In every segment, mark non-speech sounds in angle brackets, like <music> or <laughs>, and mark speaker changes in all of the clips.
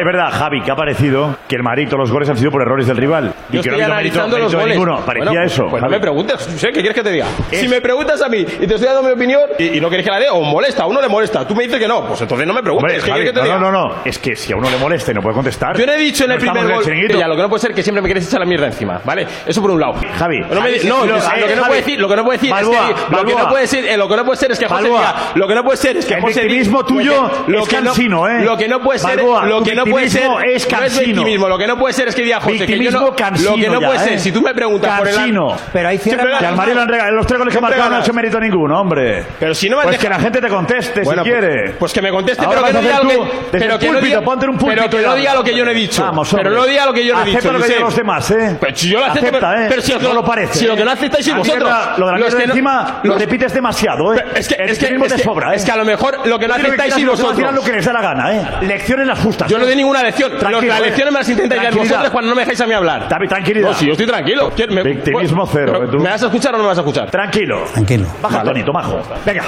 Speaker 1: Es verdad, Javi, que ha parecido que el marito, los goles han sido por errores del rival.
Speaker 2: Yo
Speaker 1: que
Speaker 2: estoy analizando
Speaker 1: mérito-
Speaker 2: los
Speaker 1: mérito
Speaker 2: goles.
Speaker 1: ninguno. Parecía
Speaker 2: Bueno,
Speaker 1: eso.
Speaker 2: Pues no
Speaker 1: Javi.
Speaker 2: me preguntes, José, ¿qué quieres que te diga?
Speaker 1: Es-
Speaker 2: Si me preguntas a mí y te estoy dando mi opinión y, y no quieres que la dé, o molesta, o no le molesta, tú me dices que no, pues entonces no me preguntes.
Speaker 1: Hombre,
Speaker 2: ¿qué
Speaker 1: Javi,
Speaker 2: quieres que te
Speaker 1: no,
Speaker 2: diga?
Speaker 1: no, no, no. Es que si a uno le molesta y no puede contestar.
Speaker 2: Yo no he dicho en
Speaker 1: no
Speaker 2: el primer
Speaker 1: estamos
Speaker 2: gol.
Speaker 1: en el chiringuito.
Speaker 2: Ya, lo que no puede ser que siempre me quieres echar la mierda encima, ¿vale? Eso por un lado.
Speaker 1: Javi,
Speaker 2: No, me
Speaker 1: Javi,
Speaker 2: di-
Speaker 1: sí,
Speaker 2: no,
Speaker 1: sí,
Speaker 2: lo,
Speaker 1: lo-
Speaker 2: que-
Speaker 1: eh,
Speaker 2: lo que no
Speaker 1: Javi.
Speaker 2: puedo decir, lo que no puedo decir
Speaker 1: Balboa,
Speaker 2: es que lo que
Speaker 1: Balboa.
Speaker 2: no puede ser, eh, lo que no puede ser es que José
Speaker 1: Balboa.
Speaker 2: diga, lo que no puede ser es que
Speaker 1: El
Speaker 2: José diga-
Speaker 1: victimismo tuyo
Speaker 2: lo
Speaker 1: es
Speaker 2: que no-
Speaker 1: cansino, ¿eh?
Speaker 2: Lo que no puede ser,
Speaker 1: Balboa,
Speaker 2: lo
Speaker 1: tu
Speaker 2: que no puede ser
Speaker 1: victimismo es
Speaker 2: no
Speaker 1: cansino.
Speaker 2: victimismo, lo que no puede ser es que diga José que yo
Speaker 1: Victimismo
Speaker 2: no,
Speaker 1: cansino
Speaker 2: lo que no
Speaker 1: ya,
Speaker 2: puede ser,
Speaker 1: ¿eh?
Speaker 2: si tú me preguntas por el
Speaker 1: Cansino.
Speaker 3: Pero ahí
Speaker 2: Siempre
Speaker 3: cierra
Speaker 1: Que al Mario le han regalado los tres goles que ha
Speaker 2: Siempre
Speaker 1: marcado no ha
Speaker 2: ganas.
Speaker 1: hecho mérito ninguno, hombre.
Speaker 2: Pero si no me han
Speaker 1: Pues que
Speaker 2: dejado-
Speaker 1: la gente te conteste
Speaker 2: Bueno,
Speaker 1: si
Speaker 2: pues-
Speaker 1: quiere.
Speaker 2: Pues que me conteste,
Speaker 1: Ahora
Speaker 2: pero que
Speaker 1: vas
Speaker 2: no
Speaker 1: a
Speaker 2: diga
Speaker 1: hacer
Speaker 2: lo que,
Speaker 1: tú desde
Speaker 2: pero
Speaker 1: el
Speaker 2: que no
Speaker 1: púlpito,
Speaker 2: diga,
Speaker 1: ponte en un púlpito
Speaker 2: pero que
Speaker 1: y
Speaker 2: no
Speaker 1: habla,
Speaker 2: diga lo que yo no he
Speaker 1: hombre.
Speaker 2: dicho.
Speaker 1: Vamos,
Speaker 2: pero
Speaker 1: hombre.
Speaker 2: no diga lo que yo no he dicho.
Speaker 1: Acepta lo que
Speaker 2: Josep.
Speaker 1: digan los demás, ¿eh?
Speaker 2: Pero si yo lo acepto,
Speaker 1: Acepta,
Speaker 2: pero,
Speaker 1: ¿eh?
Speaker 2: pero si lo, que
Speaker 1: no lo parece.
Speaker 2: Si lo que no aceptáis sois
Speaker 1: La
Speaker 2: vosotros.
Speaker 1: mierda- Lo de la
Speaker 2: Los
Speaker 1: mierda
Speaker 2: que no-
Speaker 1: encima lo
Speaker 2: los-
Speaker 1: repites demasiado, ¿eh?
Speaker 2: Pero Es que,
Speaker 1: El
Speaker 2: es, que,
Speaker 1: victimismo
Speaker 2: es,
Speaker 1: te
Speaker 2: que,
Speaker 1: sobra, ¿eh?
Speaker 2: es que a lo mejor lo que no
Speaker 1: Yo creo
Speaker 2: aceptáis
Speaker 1: cada
Speaker 2: sois
Speaker 1: uno se va a tirar
Speaker 2: vosotros.
Speaker 1: lo que les da la gana, ¿eh? Lecciones las justas.
Speaker 2: Yo no doy ninguna lección. Lo que
Speaker 1: Tranquilo,
Speaker 2: las
Speaker 1: eh.
Speaker 2: lecciones me las intentáis dar
Speaker 1: Tranquilidad.
Speaker 2: vosotros cuando no me dejáis a mí hablar.
Speaker 1: David, tranquilidad.
Speaker 2: No, si yo estoy tranquilo. ¿Quién me-
Speaker 1: Victimismo cero,
Speaker 2: pero,
Speaker 1: ¿eh, tú?
Speaker 2: ¿Me vas a escuchar o no me vas a escuchar?
Speaker 1: Tranquilo.
Speaker 3: Tranquilo.
Speaker 1: Baja el tonito, majo. Venga.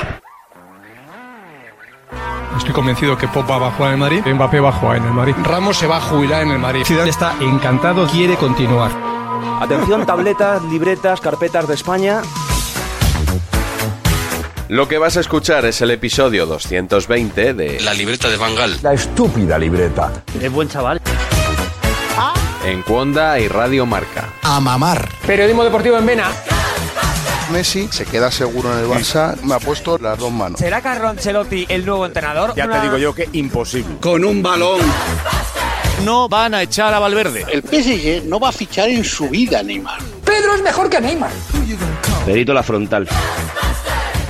Speaker 4: Estoy convencido que Popa va a jugar en el Madrid, Mbappé va a jugar en el Madrid, Ramos se va a jubilar en el Madrid. Zidane está encantado, quiere continuar.
Speaker 3: Atención, tabletas, libretas, carpetas de España.
Speaker 5: Lo que vas a escuchar es el episodio 220 de La libreta de Bangal. La estúpida libreta.
Speaker 3: Es buen chaval.
Speaker 5: En Cuonda y Radio Marca.
Speaker 2: Periodismo deportivo en Vena.
Speaker 6: Messi se queda seguro en el Barça. Me ha puesto las dos manos.
Speaker 3: ¿Será Carlo Ancelotti el nuevo entrenador? Ya te digo yo.
Speaker 4: Con un balón.
Speaker 3: No van a echar a Valverde.
Speaker 6: El PSG no va a fichar en su vida, Neymar.
Speaker 3: Perito la frontal.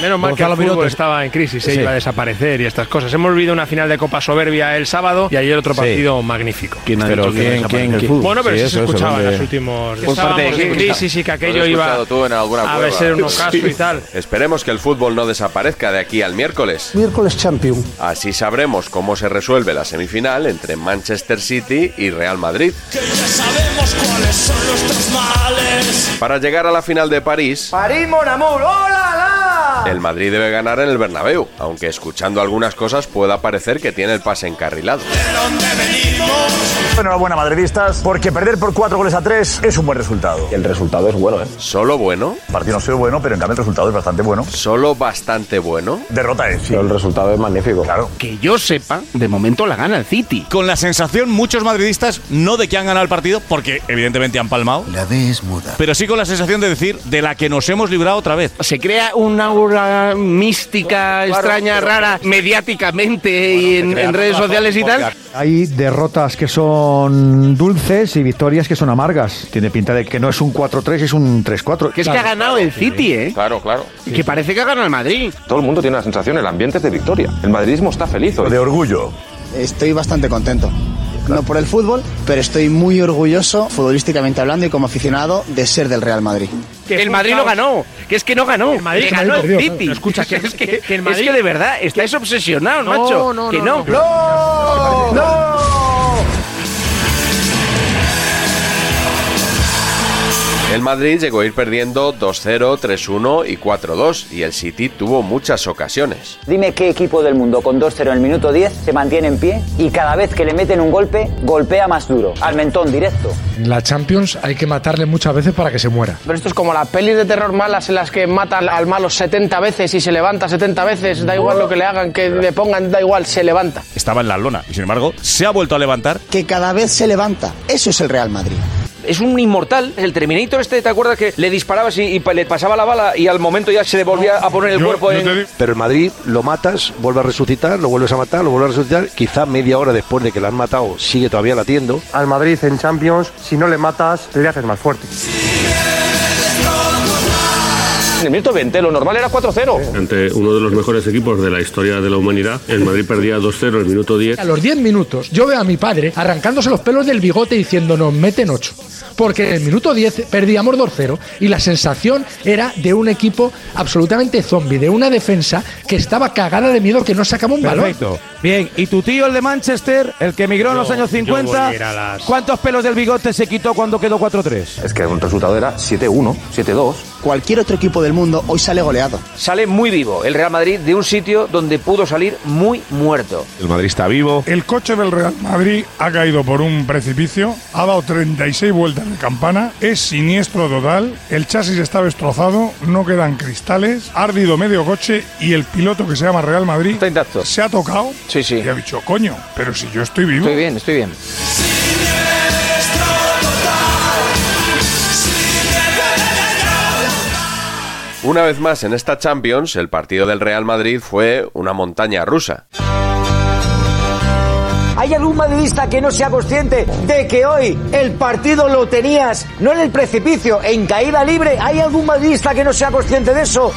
Speaker 2: Menos mal que el fútbol estaba en crisis, se iba a desaparecer y estas cosas. Hemos vivido una final de Copa Soberbia el sábado y ayer otro partido magnífico.
Speaker 1: Pero ¿quién, quién, quién?
Speaker 2: Bueno, pero sí, se escuchaba en los últimos... Que estábamos en crisis y que
Speaker 5: Lo
Speaker 2: aquello
Speaker 5: has
Speaker 2: iba
Speaker 5: escuchado tú en alguna
Speaker 2: a
Speaker 5: cueva.
Speaker 2: ser un ocaso y tal.
Speaker 5: Esperemos que el fútbol no desaparezca de aquí al miércoles.
Speaker 6: Miércoles Champion.
Speaker 5: Así sabremos cómo se resuelve la semifinal entre Manchester City y Real Madrid. Para llegar a la final de París,
Speaker 3: París, mon amour. ¡Hola,
Speaker 5: el Madrid debe ganar en el Bernabéu, aunque escuchando algunas cosas pueda parecer que tiene el pase encarrilado.
Speaker 1: Enhorabuena, madridistas, porque perder por cuatro goles a tres es un buen resultado. El
Speaker 7: ¿eh?
Speaker 5: ¿Solo bueno?
Speaker 1: partido no ha sido bueno, pero en cambio el resultado es bastante bueno.
Speaker 5: ¿Solo bastante bueno?
Speaker 1: Derrota es, sí.
Speaker 7: El resultado es magnífico.
Speaker 1: Claro.
Speaker 3: Que yo sepa, de momento la gana el City.
Speaker 8: Con la sensación, muchos madridistas, no de que han ganado el partido, porque evidentemente han palmado,
Speaker 6: La D es muda.
Speaker 8: pero sí con la sensación de decir, de la que nos hemos librado otra vez.
Speaker 3: Se crea una aura mística, extraña, rara, mediáticamente y en, en redes sociales y tal.
Speaker 8: Hay derrotas que son dulces y victorias que son amargas. Tiene pinta de que no es un 4-3, es un 3-4.
Speaker 3: Que es que ha ganado el City, ¿eh?
Speaker 5: Claro, claro.
Speaker 3: Que parece que ha ganado el Madrid.
Speaker 7: Todo el mundo tiene la sensación, el ambiente es de victoria. El madridismo está feliz
Speaker 1: De orgullo.
Speaker 6: Estoy bastante contento. No por el fútbol, pero estoy muy orgulloso, futbolísticamente hablando y como aficionado, de ser del Real Madrid.
Speaker 3: el Madrid no ganó. Que es que no ganó. El
Speaker 2: Madrid-
Speaker 3: Madrid
Speaker 2: el
Speaker 3: ganó
Speaker 2: Madrid
Speaker 3: el
Speaker 2: perdió.
Speaker 3: City.
Speaker 2: No, escucha, que-
Speaker 3: <laughs> es que,
Speaker 2: que- que el
Speaker 3: es
Speaker 2: Madrid-
Speaker 3: que de verdad estáis obsesionados, macho.
Speaker 2: no,
Speaker 3: que
Speaker 2: no,
Speaker 3: no.
Speaker 5: El Madrid llegó a ir perdiendo 2-0, 3-1 y 4-2 y el City tuvo muchas ocasiones.
Speaker 9: Dime qué equipo del mundo con 2-0 en el minuto 10 se mantiene en pie y cada vez que le meten un golpe, golpea más duro, al mentón directo.
Speaker 4: En la Champions hay que matarle muchas veces para que se muera.
Speaker 10: Pero esto es como las pelis de terror malas en las que matan al malo 70 veces y se levanta 70 veces, da igual lo que le hagan, que le pongan, da igual, se levanta.
Speaker 11: Estaba en la lona y sin embargo se ha vuelto a levantar.
Speaker 12: Que cada vez se levanta. Eso es el Real Madrid.
Speaker 2: Es un inmortal, el Terminator este, ¿te acuerdas que le disparabas y, y pa- le pasaba la bala y al momento ya se le volvía a poner el cuerpo en...
Speaker 13: Pero el Madrid lo matas, vuelve a resucitar, lo vuelves a matar, lo vuelves a resucitar. Quizá media hora después de que lo han matado sigue todavía latiendo.
Speaker 3: Al Madrid en Champions, si no le matas, te le haces más fuerte.
Speaker 2: En el minuto 20, lo normal era 4-0.
Speaker 14: Ante uno de los mejores equipos de la historia de la humanidad, el Madrid perdía 2-0 el minuto 10.
Speaker 4: A los 10 minutos yo veo a mi padre arrancándose los pelos del bigote diciendo nos meten 8. Porque en el minuto 10 perdíamos 2-0 y la sensación era de un equipo absolutamente zombie, de una defensa que estaba cagada de miedo que no sacaba un balón.
Speaker 7: Perfecto. Bien, y tu tío, el de Manchester, el que emigró en
Speaker 4: Yo-
Speaker 7: los años
Speaker 4: yo
Speaker 7: 50,
Speaker 4: volviera a las-
Speaker 7: ¿cuántos pelos del bigote se quitó cuando quedó 4-3?
Speaker 12: Es que el resultado era 7-1, 7-2. Cualquier otro equipo del mundo hoy sale goleado.
Speaker 2: Sale muy vivo el Real Madrid de un sitio donde pudo salir muy muerto.
Speaker 15: El Madrid está vivo.
Speaker 16: El coche del Real Madrid ha caído por un precipicio, ha dado 36 vueltas de campana, es siniestro total, el chasis está destrozado, no quedan cristales, ha ardido medio coche y el piloto que se llama Real Madrid se ha tocado
Speaker 2: Sí, sí.
Speaker 16: y ha dicho, coño, pero si yo estoy vivo.
Speaker 2: Estoy bien, estoy bien.
Speaker 5: Una vez más en esta Champions, el partido del Real Madrid fue una montaña rusa.
Speaker 9: ¿Hay algún madridista que no sea consciente de que hoy el partido lo tenías no en el precipicio, en caída libre? ¿Hay algún madridista que no sea consciente de eso?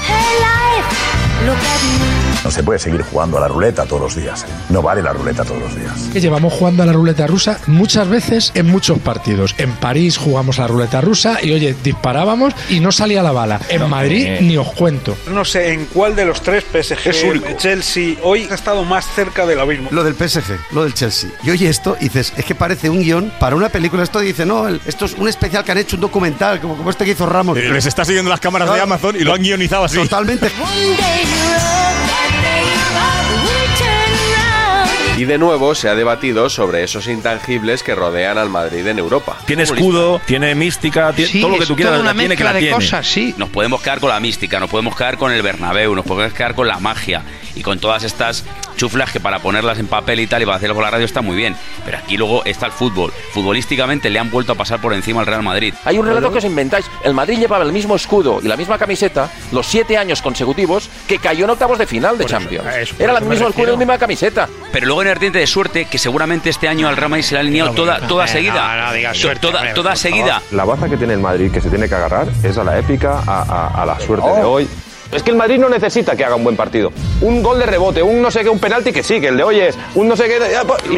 Speaker 17: No se puede seguir jugando a la ruleta todos los días. ¿eh? No vale la ruleta todos los días.
Speaker 4: que llevamos jugando a la ruleta rusa muchas veces en muchos partidos. En París jugamos a la ruleta rusa y oye, disparábamos y no salía la bala. En Madrid
Speaker 18: eh.
Speaker 4: ni os cuento.
Speaker 18: No sé en cuál de los tres PSG,
Speaker 4: Es único.
Speaker 18: Chelsea, hoy ha estado más cerca del abismo.
Speaker 19: Lo del PSG, lo del Chelsea. Y oye esto y dices, es que parece un guión para una película. Esto dice, no, el- esto es un especial que han hecho, un documental, como, como este que hizo Ramos.
Speaker 11: Eh, Les está siguiendo las cámaras de
Speaker 19: Claro.
Speaker 11: Amazon y lo han guionizado así.
Speaker 19: Totalmente.
Speaker 5: Y de nuevo se ha debatido sobre esos intangibles que rodean al Madrid en Europa.
Speaker 11: Tiene escudo, tiene mística, tiene
Speaker 20: Sí,
Speaker 11: todo lo que
Speaker 20: es
Speaker 11: tú quieras.
Speaker 20: toda
Speaker 11: la
Speaker 20: una
Speaker 11: tiene que la
Speaker 20: mezcla de
Speaker 11: tiene.
Speaker 20: cosas, sí. Nos podemos quedar con la mística, nos podemos quedar con el Bernabéu, nos podemos quedar con la magia y con todas estas chuflas que para ponerlas en papel y tal y para hacerlas por la radio está muy bien. Pero aquí luego está el fútbol. Futbolísticamente le han vuelto a pasar por encima al Real Madrid.
Speaker 2: Hay un relato que os inventáis. El Madrid llevaba el mismo escudo y la misma camiseta los siete años consecutivos que cayó en octavos de final de Champions. Era la el mismo escudo y la misma camiseta. Pero luego en el ardiente de suerte, que seguramente este año al Real Madrid se le ha alineado toda, toda seguida. To- toda, toda seguida.
Speaker 21: La baza que tiene el Madrid que se tiene que agarrar es a la épica, a, a- a la suerte de hoy.
Speaker 2: Es que el Madrid no necesita que haga un buen partido. Un gol de rebote, un no sé qué, un penalti que sí, que el de pues, hoy es, un no sé qué,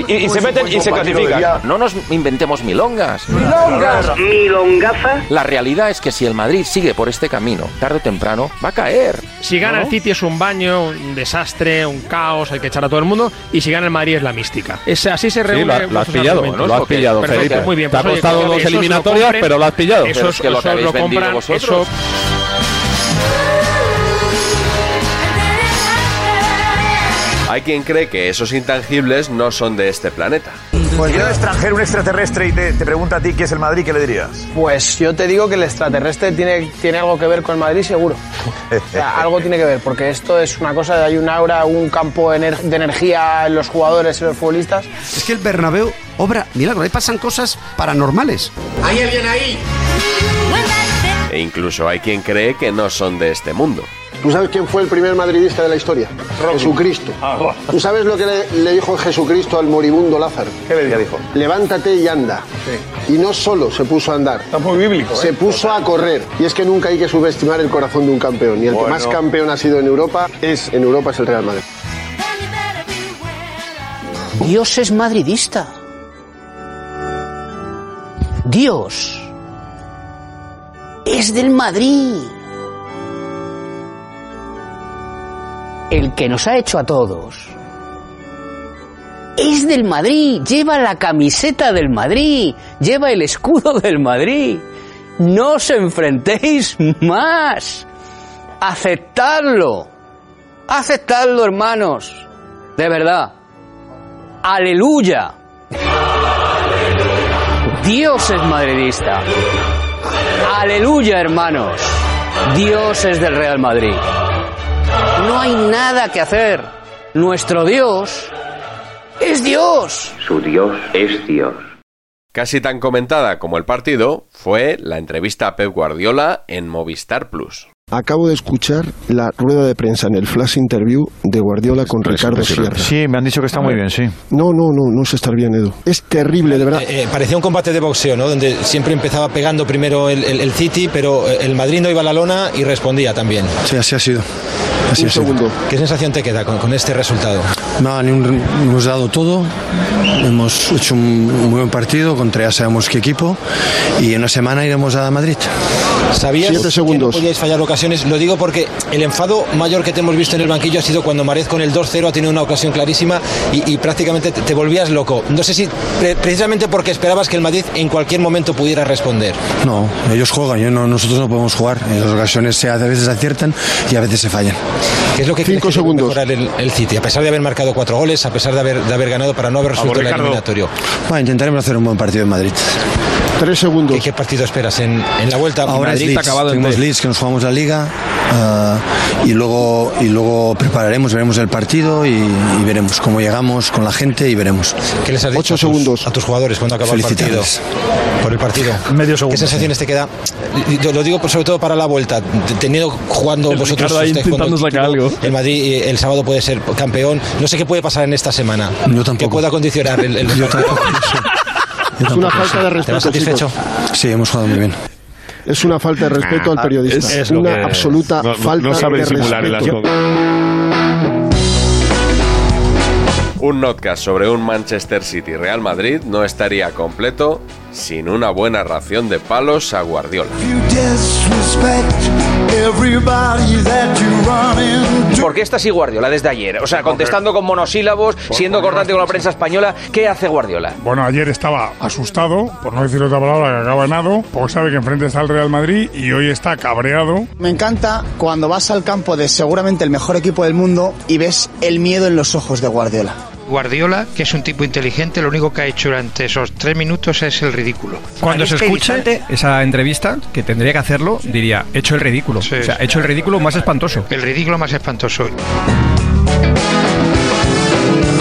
Speaker 21: y- y se meten y se clasifican.
Speaker 2: No nos inventemos milongas.
Speaker 21: Milongas.
Speaker 2: Milongafa. La realidad es que si el Madrid sigue por este camino, tarde o temprano, va a caer.
Speaker 1: Si gana
Speaker 2: ¿No?
Speaker 1: el City es un baño, un desastre, un caos, hay que echar a todo el mundo. Y si gana el Madrid es la mística. Es, así se
Speaker 2: Sí,
Speaker 1: reúne.
Speaker 2: lo ha- lo has
Speaker 1: vuestros
Speaker 2: pillado,
Speaker 1: argumentos.
Speaker 2: lo has
Speaker 1: Ok,
Speaker 2: pillado,
Speaker 1: perfecto,
Speaker 2: Felipe.
Speaker 1: Muy bien.
Speaker 2: Te ha
Speaker 1: pues oye,
Speaker 2: costado
Speaker 1: que
Speaker 2: dos
Speaker 1: esos lo
Speaker 2: eliminatorias,
Speaker 1: compren,
Speaker 2: pero lo has pillado. Pero
Speaker 1: Esos,
Speaker 2: es que lo que
Speaker 1: esos
Speaker 2: habéis
Speaker 1: lo
Speaker 2: vendido
Speaker 1: compran,
Speaker 2: vosotros.
Speaker 1: eso-
Speaker 5: Hay quien cree que esos intangibles no son de este planeta.
Speaker 17: Pues un extranjero, un extraterrestre y te, te pregunta a ti qué es el Madrid, ¿qué le dirías?
Speaker 10: Pues yo te digo que el extraterrestre tiene, tiene algo que ver con Madrid, seguro. O sea,
Speaker 17: <laughs>
Speaker 10: algo tiene que ver, porque esto es una cosa, hay un aura, un campo ener- de energía en los jugadores y los futbolistas.
Speaker 19: Es que el Bernabéu obra milagro. Ahí pasan cosas paranormales.
Speaker 10: ¿Hay alguien ahí?
Speaker 5: E incluso hay quien cree que no son de este mundo.
Speaker 6: ¿Tú sabes quién fue el primer madridista de la historia? Jesucristo.
Speaker 2: Ah,
Speaker 6: ¿Tú sabes lo que le, le dijo Jesucristo al moribundo Lázaro? ¿Qué le dijo? Levántate y anda. Y no solo se puso a andar. Está muy bíblico. Se puso a correr. Y es que nunca hay que subestimar el corazón de un campeón. Y el que
Speaker 17: Bueno.
Speaker 6: más campeón ha sido en Europa es en Europa es el Real Madrid.
Speaker 9: Dios es madridista. Dios es del Madrid. El que nos ha hecho a todos. Es del Madrid, lleva la camiseta del Madrid, lleva el escudo del Madrid, No os enfrentéis más. Aceptadlo. Aceptadlo, hermanos. De verdad. Aleluya. Dios es madridista. Aleluya, hermanos. Dios es del Real Madrid. No hay nada que hacer. Nuestro Dios es Dios.
Speaker 5: Su Dios es Dios. Casi tan comentada como el partido fue la entrevista a Pep Guardiola en Movistar Plus.
Speaker 6: Acabo de escuchar la rueda de prensa en el flash interview de Guardiola con Ricardo Sierra.
Speaker 13: Pues, Sí, me han dicho que está muy bien, sí.
Speaker 6: No, no, no, no es estar bien, Edu. Es terrible, de verdad.
Speaker 7: Eh, parecía un combate de boxeo, ¿no? Donde siempre empezaba pegando primero el, el- el City, pero eh, el Madrid no iba a la lona y respondía también.
Speaker 6: Sí, así ha sido. Así
Speaker 7: Un
Speaker 6: ha sido.
Speaker 7: ¿Qué sensación te queda con, con este resultado?
Speaker 13: Nada, ni un- hemos dado todo, hemos hecho un muy buen partido contra ya sabemos qué equipo y en una semana iremos a Madrid.
Speaker 7: ¿Sabías
Speaker 13: Siete
Speaker 7: que no podíais fallar ocasiones? Lo digo porque el enfado mayor que te hemos visto en el banquillo ha sido cuando Marez con el 2-0 ha tenido una ocasión clarísima y, y prácticamente te, te volvías loco. No sé si pre- precisamente porque esperabas que el Madrid en cualquier momento pudiera responder.
Speaker 13: No, ellos juegan, yo no- nosotros no podemos jugar. En las ocasiones se, a veces aciertan y a veces se fallan.
Speaker 7: ¿Qué es lo que crees que debe mejorar el, el City? A pesar de haber marcado cuatro goles, a pesar de haber, de haber ganado para no haber
Speaker 13: Vamos,
Speaker 7: resuelto el
Speaker 13: Ricardo.
Speaker 7: eliminatorio.
Speaker 13: Bueno, intentaremos hacer un buen partido en Madrid.
Speaker 6: Tres segundos.
Speaker 13: ¿Qué,
Speaker 7: partido esperas en, la vuelta?
Speaker 13: Ahora
Speaker 7: Madrid
Speaker 13: es
Speaker 7: está
Speaker 13: Leeds.
Speaker 7: acabado en
Speaker 13: Tenemos
Speaker 7: D.
Speaker 13: Leeds que nos jugamos la Liga ah, y luego y luego prepararemos, veremos el partido y, y veremos cómo llegamos con la gente y veremos.
Speaker 7: ¿Qué les has dicho a tus- a tus jugadores cuando acaba el partido?
Speaker 13: Felicidades.
Speaker 7: Por el partido.
Speaker 13: Medio segundo.
Speaker 7: ¿Qué sensaciones te queda? Yo lo digo por- sobre todo para la vuelta. Te- Teniendo jugando
Speaker 21: El
Speaker 7: vosotros.
Speaker 21: Ricardo ahí
Speaker 7: ustedes jugando
Speaker 21: intentando
Speaker 7: el título, El Madrid eh, el sábado puede ser campeón. No sé qué puede pasar en esta semana. Yo tampoco. Que pueda condicionar el. el <laughs>
Speaker 6: Es una falta de respeto.
Speaker 7: ¿Te vas satisfecho?
Speaker 6: chicos.
Speaker 13: Sí, hemos jugado muy bien.
Speaker 6: Es una falta de respeto al periodista.
Speaker 13: Ah, Es- es lo
Speaker 6: una
Speaker 13: que-
Speaker 6: absoluta
Speaker 13: no- no-
Speaker 6: falta
Speaker 13: no sabe
Speaker 6: de
Speaker 13: disimular
Speaker 6: respeto.
Speaker 13: las
Speaker 5: Un notcast sobre un Manchester City Real Madrid no estaría completo sin una buena ración de palos a Guardiola.
Speaker 21: ¿Por qué está así Guardiola desde ayer? O sea, contestando con monosílabos, siendo cortante con la prensa española. ¿Qué hace Guardiola?
Speaker 16: Bueno, ayer estaba asustado, por no decir otra palabra, que acaba ganado, porque sabe que enfrente está el Real Madrid y hoy está cabreado.
Speaker 22: Me encanta cuando vas al campo de seguramente el mejor equipo del mundo y ves el miedo en los ojos de Guardiola.
Speaker 7: Guardiola, que es un tipo inteligente, lo único que ha hecho durante esos tres minutos es el ridículo.
Speaker 21: Cuando se escuche
Speaker 7: esa entrevista, que tendría que hacerlo, diría, he hecho el ridículo. o sea, he hecho el ridículo más espantoso. El ridículo más espantoso.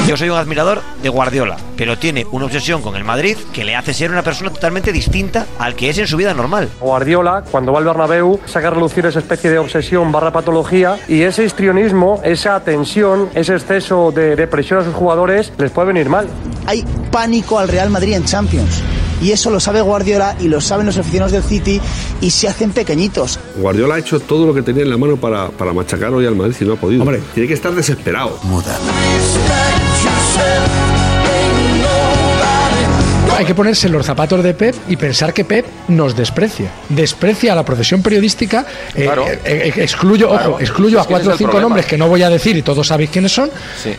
Speaker 23: Yo soy un admirador de Guardiola, pero tiene una obsesión con el Madrid que le hace ser una persona totalmente distinta al que es en su vida normal.
Speaker 3: Guardiola, cuando va al Bernabéu, saca a relucir esa especie de obsesión barra patología y ese histrionismo, esa tensión, ese exceso de, de presión a sus jugadores les puede venir mal.
Speaker 22: Hay pánico al Real Madrid en Champions. Y eso lo sabe Guardiola y lo saben los aficionados del City y se hacen pequeñitos.
Speaker 24: Guardiola ha hecho todo lo que tenía en la mano para, para machacar hoy al Madrid y no ha podido. Hombre, tiene que estar desesperado.
Speaker 4: Hay que ponerse en los zapatos de Pep y pensar que Pep nos desprecia. Desprecia a la profesión periodística. eh, eh, eh, excluyo,
Speaker 25: Claro.
Speaker 4: ojo, excluyo
Speaker 25: Es
Speaker 4: a
Speaker 25: que ese
Speaker 4: cuatro o
Speaker 25: es el
Speaker 4: cinco
Speaker 25: problema.
Speaker 4: nombres que no voy a decir y todos sabéis quiénes son,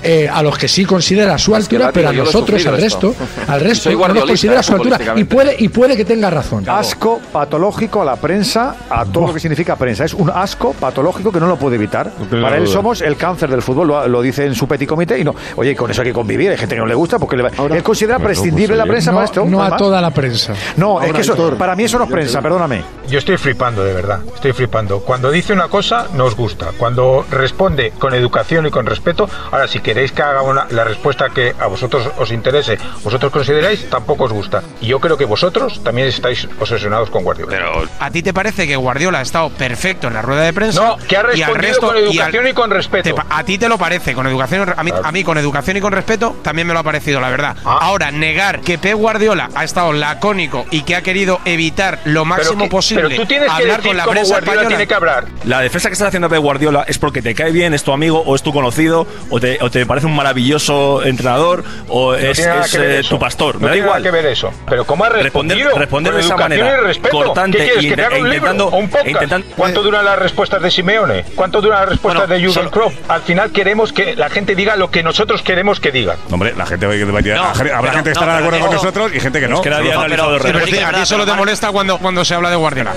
Speaker 4: eh, a los que sí considera a su altura,
Speaker 25: látigo,
Speaker 4: pero a
Speaker 25: yo lo he
Speaker 4: nosotros,
Speaker 25: sufrido
Speaker 4: al resto,
Speaker 25: <laughs> esto.
Speaker 4: al resto,
Speaker 25: Soy
Speaker 4: no los
Speaker 25: guardiolista,
Speaker 4: considera a su altura. Y
Speaker 13: futbolísticamente.
Speaker 4: puede, y puede que tenga razón.
Speaker 13: Asco patológico a la prensa, a todo lo que significa prensa. Es un asco patológico que no lo puede evitar.
Speaker 26: tengo
Speaker 13: Para él
Speaker 26: duda.
Speaker 13: somos el cáncer del fútbol, lo, lo dice en su petit comité. Y no, oye, con eso hay que convivir. Hay gente que no le gusta porque le va- él considera
Speaker 4: Bueno,
Speaker 13: prescindible
Speaker 4: pues,
Speaker 13: la
Speaker 4: oye.
Speaker 13: prensa
Speaker 4: No-
Speaker 13: para esto.
Speaker 4: No
Speaker 13: nada
Speaker 4: a
Speaker 13: más.
Speaker 4: toda la prensa.
Speaker 13: No,
Speaker 4: Ahora,
Speaker 13: es que eso,
Speaker 4: Héctor,
Speaker 13: para mí eso no es
Speaker 4: yo
Speaker 13: prensa,
Speaker 4: te-
Speaker 13: perdóname.
Speaker 2: Yo estoy flipando, de verdad. Estoy flipando. Cuando dice una cosa, nos gusta. Cuando responde con educación y con respeto, ahora si queréis que haga una- la respuesta que a vosotros os interese, vosotros consideráis, tampoco os gusta. Y yo creo que vosotros también estáis obsesionados con Guardiola.
Speaker 20: ¿A ti te parece que Guardiola ha estado perfecto en la rueda de prensa?
Speaker 2: No, que ha
Speaker 20: Y al
Speaker 2: respondido
Speaker 20: resto-
Speaker 2: con
Speaker 20: y al-
Speaker 2: educación y con respeto. Ah.
Speaker 20: te pa- a ti te lo parece, con educación, a mí, a mí con educación y con respeto también me lo ha parecido, la verdad. Ahora, negar que Pep Guardiola ha estado lacónico y que ha querido evitar lo máximo
Speaker 2: que-
Speaker 20: posible
Speaker 2: pero tú tienes que
Speaker 20: hablar
Speaker 2: decir
Speaker 20: con la
Speaker 2: cómo
Speaker 20: prensa
Speaker 2: Guardiola
Speaker 20: española.
Speaker 2: tiene que hablar.
Speaker 1: La defensa que está haciendo Pep Guardiola es porque te cae bien, es tu amigo o es tu conocido o te, o te parece un maravilloso entrenador o
Speaker 2: No
Speaker 1: es,
Speaker 2: tiene nada
Speaker 1: es,
Speaker 2: que ver
Speaker 1: eh,
Speaker 2: eso.
Speaker 1: tu pastor.
Speaker 2: No
Speaker 1: Me da
Speaker 2: tiene
Speaker 1: igual.
Speaker 2: nada que ver eso. Pero ¿cómo ha
Speaker 1: Responder-
Speaker 2: respondido?
Speaker 1: responder
Speaker 2: Con
Speaker 1: de esa
Speaker 2: educación
Speaker 1: manera,
Speaker 2: y respeto.
Speaker 1: cortante
Speaker 2: ¿Qué
Speaker 1: e
Speaker 2: quieres, que te haga
Speaker 1: inte-
Speaker 2: un
Speaker 1: e
Speaker 2: libro
Speaker 1: intentando-
Speaker 2: o un podcast?
Speaker 1: e intentan-
Speaker 2: ¿Cuánto duran las respuestas de Simeone? ¿Cuánto duran las respuestas de Jürgen Klopp? Al final queremos que la gente diga lo que nosotros queremos que diga.
Speaker 1: Hombre, la gente va a- va a-
Speaker 2: No,
Speaker 1: habrá
Speaker 2: pero-
Speaker 1: gente que
Speaker 2: no,
Speaker 1: estará de
Speaker 2: pero
Speaker 1: acuerdo con
Speaker 2: digo-
Speaker 1: nosotros
Speaker 27: nuestros y gente que no.
Speaker 28: Es que nadie ha analizado el Real. A ti solo te molesta cuando, cuando se habla de Guardiola.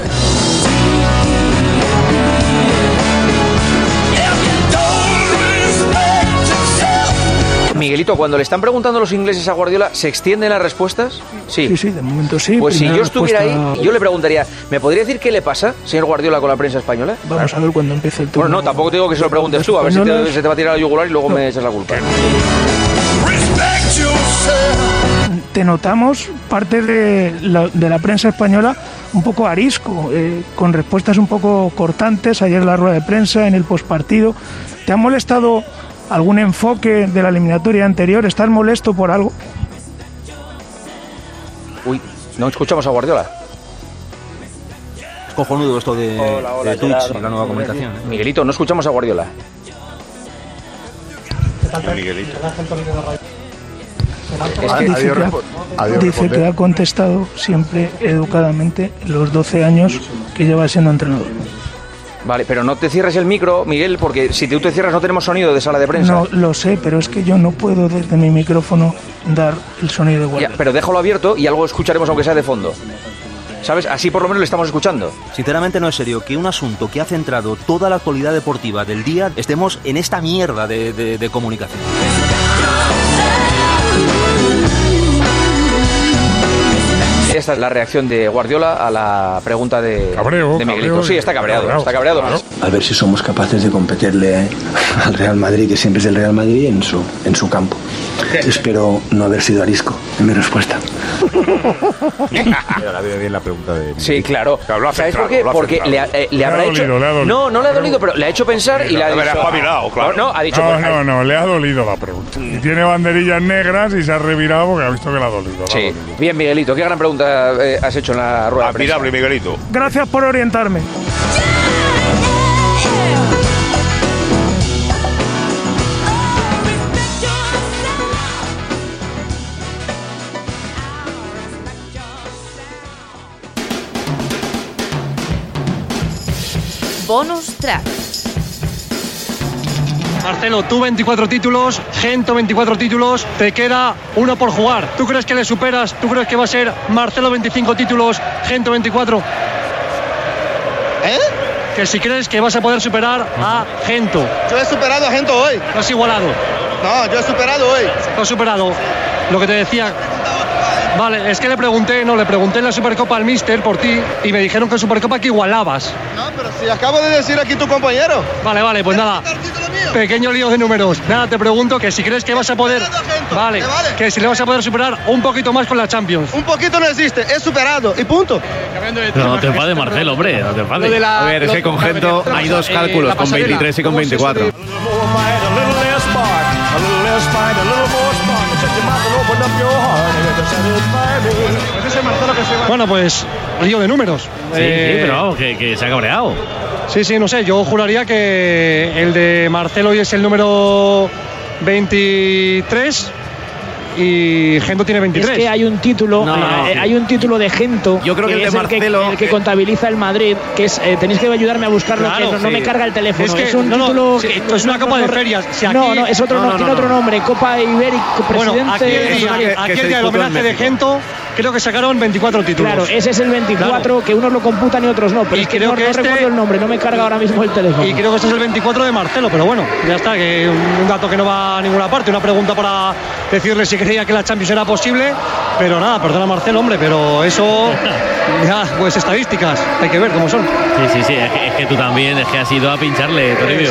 Speaker 2: Miguelito, cuando le están preguntando a los ingleses a Guardiola, ¿se extienden las respuestas? Sí.
Speaker 1: Sí, sí, de momento sí.
Speaker 2: Pues si
Speaker 1: Primera
Speaker 2: yo estuviera
Speaker 1: respuesta-
Speaker 2: ahí, yo le preguntaría, ¿me podría decir qué le pasa, señor Guardiola, con la prensa española?
Speaker 1: Vamos a ver cuando empiece el turno.
Speaker 2: Bueno, no, tampoco te digo que se lo preguntes tú, a ver si te,
Speaker 1: españoles-
Speaker 2: se te va a tirar la yugular y luego me echas la culpa.
Speaker 1: Te notamos parte de la, de la prensa española un poco arisco, eh, con respuestas un poco cortantes ayer en la rueda de prensa, en el postpartido. ¿Te ha molestado algún enfoque de la eliminatoria anterior? ¿Estás molesto por algo?
Speaker 2: Uy, no escuchamos a Guardiola.
Speaker 29: Es cojonudo esto de, de Twitch y la nueva comunicación. ¿eh?
Speaker 2: Miguelito, no escuchamos a Guardiola.
Speaker 27: Miguelito.
Speaker 29: Ah,
Speaker 1: dice, que ha, dice que ha contestado siempre educadamente los 12 años que lleva siendo entrenador.
Speaker 2: Vale, pero no te cierres el micro, Miguel, porque si tú te cierras no tenemos sonido de sala de prensa.
Speaker 1: No lo sé, pero es que yo no puedo desde mi micrófono dar el sonido de
Speaker 2: Ya,
Speaker 1: Guardiola.
Speaker 2: pero déjalo abierto y algo escucharemos aunque sea de fondo. ¿Sabes? Así por lo menos le estamos escuchando.
Speaker 29: Sinceramente no es serio que un asunto que ha centrado toda la actualidad deportiva del día estemos en esta mierda de, de- de comunicación.
Speaker 2: Esta es la reacción de Guardiola a la pregunta de, de Miguelito.
Speaker 20: cabreo,
Speaker 2: sí, está cabreado, está cabreado.
Speaker 20: A ver si somos capaces de competirle eh, <laughs> al Real Madrid, que siempre es el Real Madrid, en su, en su campo. Espero no haber sido arisco en mi respuesta.
Speaker 27: Ahora viene bien la pregunta de.
Speaker 2: Sí, claro. ¿Sabes por
Speaker 27: centrado,
Speaker 2: qué?
Speaker 27: lo ha
Speaker 2: Porque le, ha-
Speaker 27: centrado.
Speaker 2: eh, le
Speaker 27: Le ha
Speaker 2: habrá
Speaker 27: dolido,
Speaker 2: hecho.
Speaker 27: le ha dolido.
Speaker 2: No, no le ha dolido, pero le ha hecho pensar y le ha
Speaker 27: Le
Speaker 2: dicho.
Speaker 27: habrá espabilado, claro.
Speaker 2: No, ha dicho.
Speaker 16: No,
Speaker 2: pues,
Speaker 16: no,
Speaker 2: ay,
Speaker 16: no, le ha dolido la pregunta. Y tiene banderillas negras y se ha revirado porque ha visto que la ha dolido.
Speaker 2: Sí. Bien, Miguelito, qué gran pregunta eh, has hecho en la rueda.
Speaker 16: Admirable,
Speaker 2: Miguelito.
Speaker 1: Gracias por orientarme.
Speaker 30: Bonus track.
Speaker 3: Marcelo, tú 24 títulos, Gento 24 títulos, te queda uno por jugar. ¿Tú crees que le superas? ¿Tú crees que va a ser Marcelo 25 títulos, Gento 24? ¿Eh? Que si crees que vas a poder superar a Gento. Yo he superado a Gento hoy. Lo has igualado. No, yo he superado hoy. Lo has superado. Lo que te decía. Vale, es que le pregunté, no, le pregunté en la Supercopa al Mister por ti y me dijeron que en Supercopa que igualabas.
Speaker 31: Si acabo de decir aquí tu compañero.
Speaker 3: Vale, vale, pues nada. Pequeño lío de números. Nada, te pregunto que si crees que vas a poder. Vale, que si le vas a poder superar un poquito más con la Champions. Un poquito no existe, es superado y punto.
Speaker 32: No te enfades, Marcelo, hombre, no te enfades.
Speaker 3: Lo de la-
Speaker 32: a ver, es
Speaker 3: lo-
Speaker 32: que con Gento
Speaker 3: otra cosa,
Speaker 32: hay dos
Speaker 3: eh,
Speaker 32: cálculos,
Speaker 3: la
Speaker 32: con
Speaker 3: pasarela.
Speaker 32: 23 y con
Speaker 3: ¿Cómo es eso
Speaker 32: 24.
Speaker 3: Eh, Bueno, pues lío de números. Eh,
Speaker 32: Sí, sí, pero vamos, que, que se ha cabreado.
Speaker 3: Sí, sí, no sé, yo juraría que el de Marcelo hoy es el número 23 y Gento tiene 23.
Speaker 30: Es que hay un título,
Speaker 3: No, no,
Speaker 30: eh,
Speaker 3: sí.
Speaker 30: hay un título de Gento.
Speaker 3: Yo creo que el de
Speaker 30: es
Speaker 3: Marcelo-
Speaker 30: que, el que contabiliza el Madrid, que es eh, tenéis que ayudarme a buscarlo,
Speaker 3: Claro,
Speaker 30: que no, no
Speaker 3: sí.
Speaker 30: me carga el teléfono.
Speaker 3: Es
Speaker 30: Es,
Speaker 3: que-
Speaker 30: un
Speaker 3: no, no,
Speaker 30: título
Speaker 3: sí,
Speaker 30: que-
Speaker 3: esto es una copa de ferias. Si
Speaker 30: no,
Speaker 3: aquí-
Speaker 30: no, es otro,
Speaker 3: No,
Speaker 30: no,
Speaker 3: no,
Speaker 30: tiene
Speaker 3: no,
Speaker 30: otro
Speaker 3: no.
Speaker 30: nombre, Copa Ibérico, presidente.
Speaker 3: Bueno, aquí el día, aquí el día del homenaje de Gento, creo que sacaron 24 títulos.
Speaker 30: Claro, ese es el 24 que unos lo computan y otros no, pero es que
Speaker 3: creo
Speaker 30: no,
Speaker 3: que
Speaker 30: no
Speaker 3: este-
Speaker 30: recuerdo el nombre, no me carga ahora mismo el teléfono.
Speaker 3: Y creo que este es el 24 de Marcelo, pero bueno, ya está, que un dato que no va a ninguna parte, una pregunta para decirle si creía que la Champions era posible, pero nada, perdona Marcelo, hombre, pero
Speaker 30: <laughs>
Speaker 3: eso, ya, pues estadísticas, hay que ver cómo son.
Speaker 32: Sí, sí, sí, es que, es que tú también, es que has ido a pincharle, Toribio.